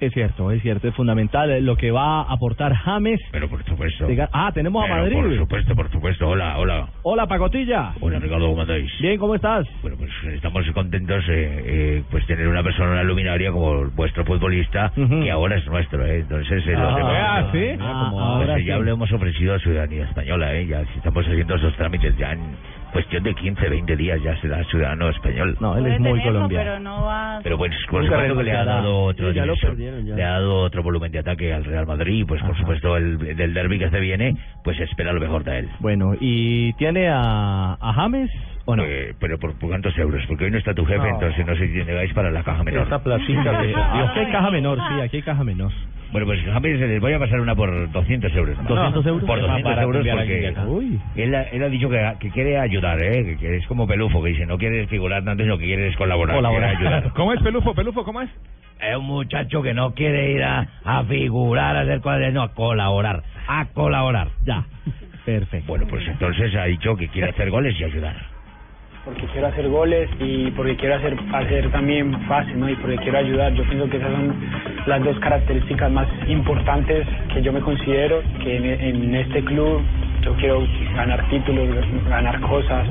Es cierto, es cierto, es fundamental eh, lo que va a aportar James. Pero por supuesto. Diga- Ah, tenemos a Pero Por Madrid. supuesto, por supuesto. Hola, hola. Hola, Pacotilla. Hola, Ricardo, ¿cómo andáis? Bien, ¿cómo estás? Bueno, pues estamos contentos eh, eh, pues tener una persona, una luminaria como vuestro futbolista, Ujú. que ahora es nuestro, ¿eh? Entonces, eh, Ah, los demás, ah, ¿no? sí. Mira cómo- Ah, ahora pues, eh, ya sí. le hemos ofrecido a ciudadanía española, ¿eh? Ya si estamos haciendo esos trámites ya en cuestión de 15, 20 días ya será ciudadano español. No, él es Puede muy tenerlo, colombiano. Pero no va. Pero pues, por Nunca supuesto que le ha renunciará. dado otro Sí, ya lo dimensión. perdieron, ya. le ha dado otro volumen de ataque al Real Madrid, y, pues por Ajá. supuesto el del derby que se viene, pues espera lo mejor de él. Bueno, ¿y tiene a, a James o no? Eh, pero por, por cuántos euros, porque hoy no está tu jefe, No. entonces no sé si llegáis para la caja menor. Esta platica. que- Ay. Dios, que hay caja menor, sí, aquí hay caja menor. Bueno, pues James, les voy a pasar una por 200 euros. nomás. 200 euros. Por Es más 200 barato euros enviar a alguien de porque acá. Uy. él, ha- él ha dicho que, que quiere ayudar, ¿eh? Que, que es como pelufo, que dice, no quieres figurar tanto, sino que quieres colaborar. Colaborar. quiere ayudar. ¿Cómo es Pelufo? ¿Pelufo cómo es? Es un muchacho que no quiere ir a, a figurar, a hacer cosas, no, a colaborar, a colaborar. Ya, perfecto. Bueno, pues entonces ha dicho que quiere hacer goles y ayudar. porque quiero hacer goles y porque quiero hacer, hacer también pase, ¿no? Y porque quiero ayudar. Yo pienso que esas son las dos características más importantes que yo me considero, que en, en este club yo quiero ganar títulos, ganar cosas,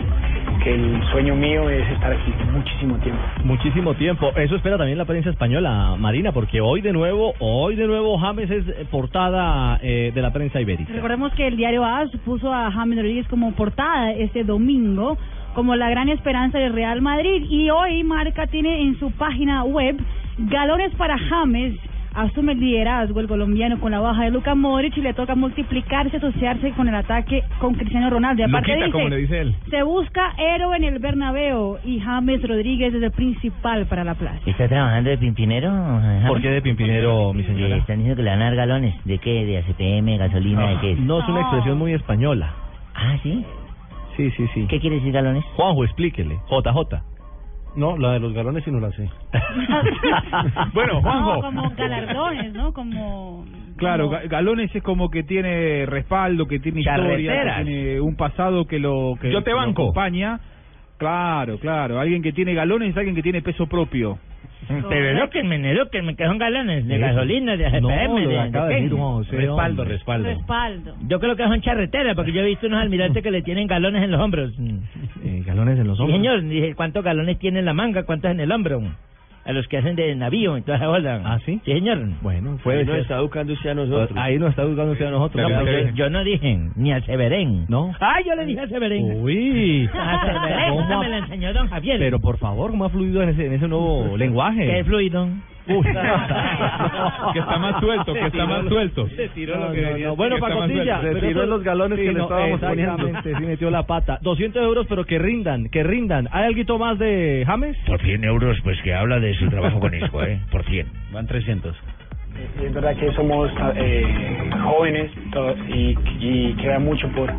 que el sueño mío es estar aquí muchísimo tiempo. Muchísimo tiempo. Eso espera también la prensa española, Marina, porque hoy de nuevo, hoy de nuevo James es eh, portada eh, de la prensa ibérica. Recordemos que el diario AS puso a James Rodríguez como portada este domingo, como la gran esperanza del Real Madrid. Y hoy Marca tiene en su página web galones para James. Asume el liderazgo el colombiano con la baja de Luca Modric y le toca multiplicarse, asociarse con el ataque con Cristiano Ronaldo. Y aparte Luquita, como le dice él. Se busca héroe en el Bernabéu y James Rodríguez es el principal para la plaza. ¿Está trabajando de pimpinero? ¿Por qué de Pimpinero, mi Le señora? están diciendo que le van a dar galones. ¿De qué? ¿De ACPM, gasolina, de qué? Ah, No es una No. expresión muy española. Ah, ¿sí? Sí, sí, sí. ¿Qué quiere decir galones? Juanjo, explíquele. JJ. No, la de los galones sí no la sé. Bueno, No, Juanjo. como galardones, ¿no? Como... Claro, como- Ga- Galones es como que tiene respaldo, que tiene historia, que Charreteras. tiene un pasado que lo que Yo te que lo banco. acompaña. Claro, claro. Alguien que tiene galones es alguien que tiene peso propio. Pero lóquenme, lóquenme, que son galones. De Eso. gasolina, de ACPM, lo de, acaba de de qué. decir Juan José, Respaldo, hombre. respaldo. Respaldo. Yo creo que son charreteras, porque yo he visto unos almirantes que le tienen galones en los hombros. Mm. Eh, galones en los Sí, hombros. señor, dije, ¿cuántos galones tiene en la manga? ¿Cuántos en el hombro? A los que hacen de navío y toda esa bola. ¿Ah, sí? Sí, señor. Bueno, Ahí puede nos ser. está educando usted a nosotros. Ahí nos está educando usted a nosotros. No, Ya, pues yo, pero- yo no dije, ni al Severén. ¿No? Ah, yo le dije al Severén. Uy. Ah, A Severén, ¿Cómo esa ha- me la enseñó don Javier. Pero por favor, ¿cómo ha fluido en ese, en ese nuevo lenguaje? Qué fluido. Uy. Que está más suelto, que está más suelto. No, no, debería no. ser, Bueno, que está más Pacotilla, suelto. Se tiró los galones que le estábamos poniendo. Exactamente, sí metió la pata. 200 euros, pero que rindan, que rindan. ¿Hay algo más de James? Por 100 euros, pues que habla de su trabajo con Isco, ¿eh? Por 100. Van 300. Y es verdad que somos eh, jóvenes to- y, y queda mucho por,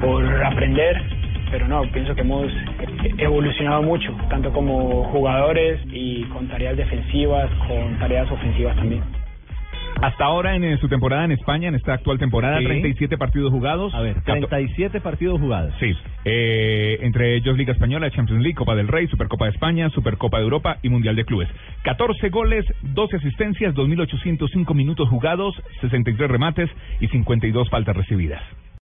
por aprender, pero no, pienso que hemos evolucionado mucho, tanto como jugadores y con tareas defensivas, con tareas ofensivas también. Hasta ahora en eh, su temporada en España, en esta actual temporada, Sí. 37 partidos jugados. A ver, Cato- 37 partidos jugados. Sí, eh, entre ellos Liga Española, Champions League, Copa del Rey, Supercopa de España, Supercopa de Europa y Mundial de Clubes. 14 goles, 12 asistencias, 2.805 minutos jugados, 63 remates y 52 faltas recibidas.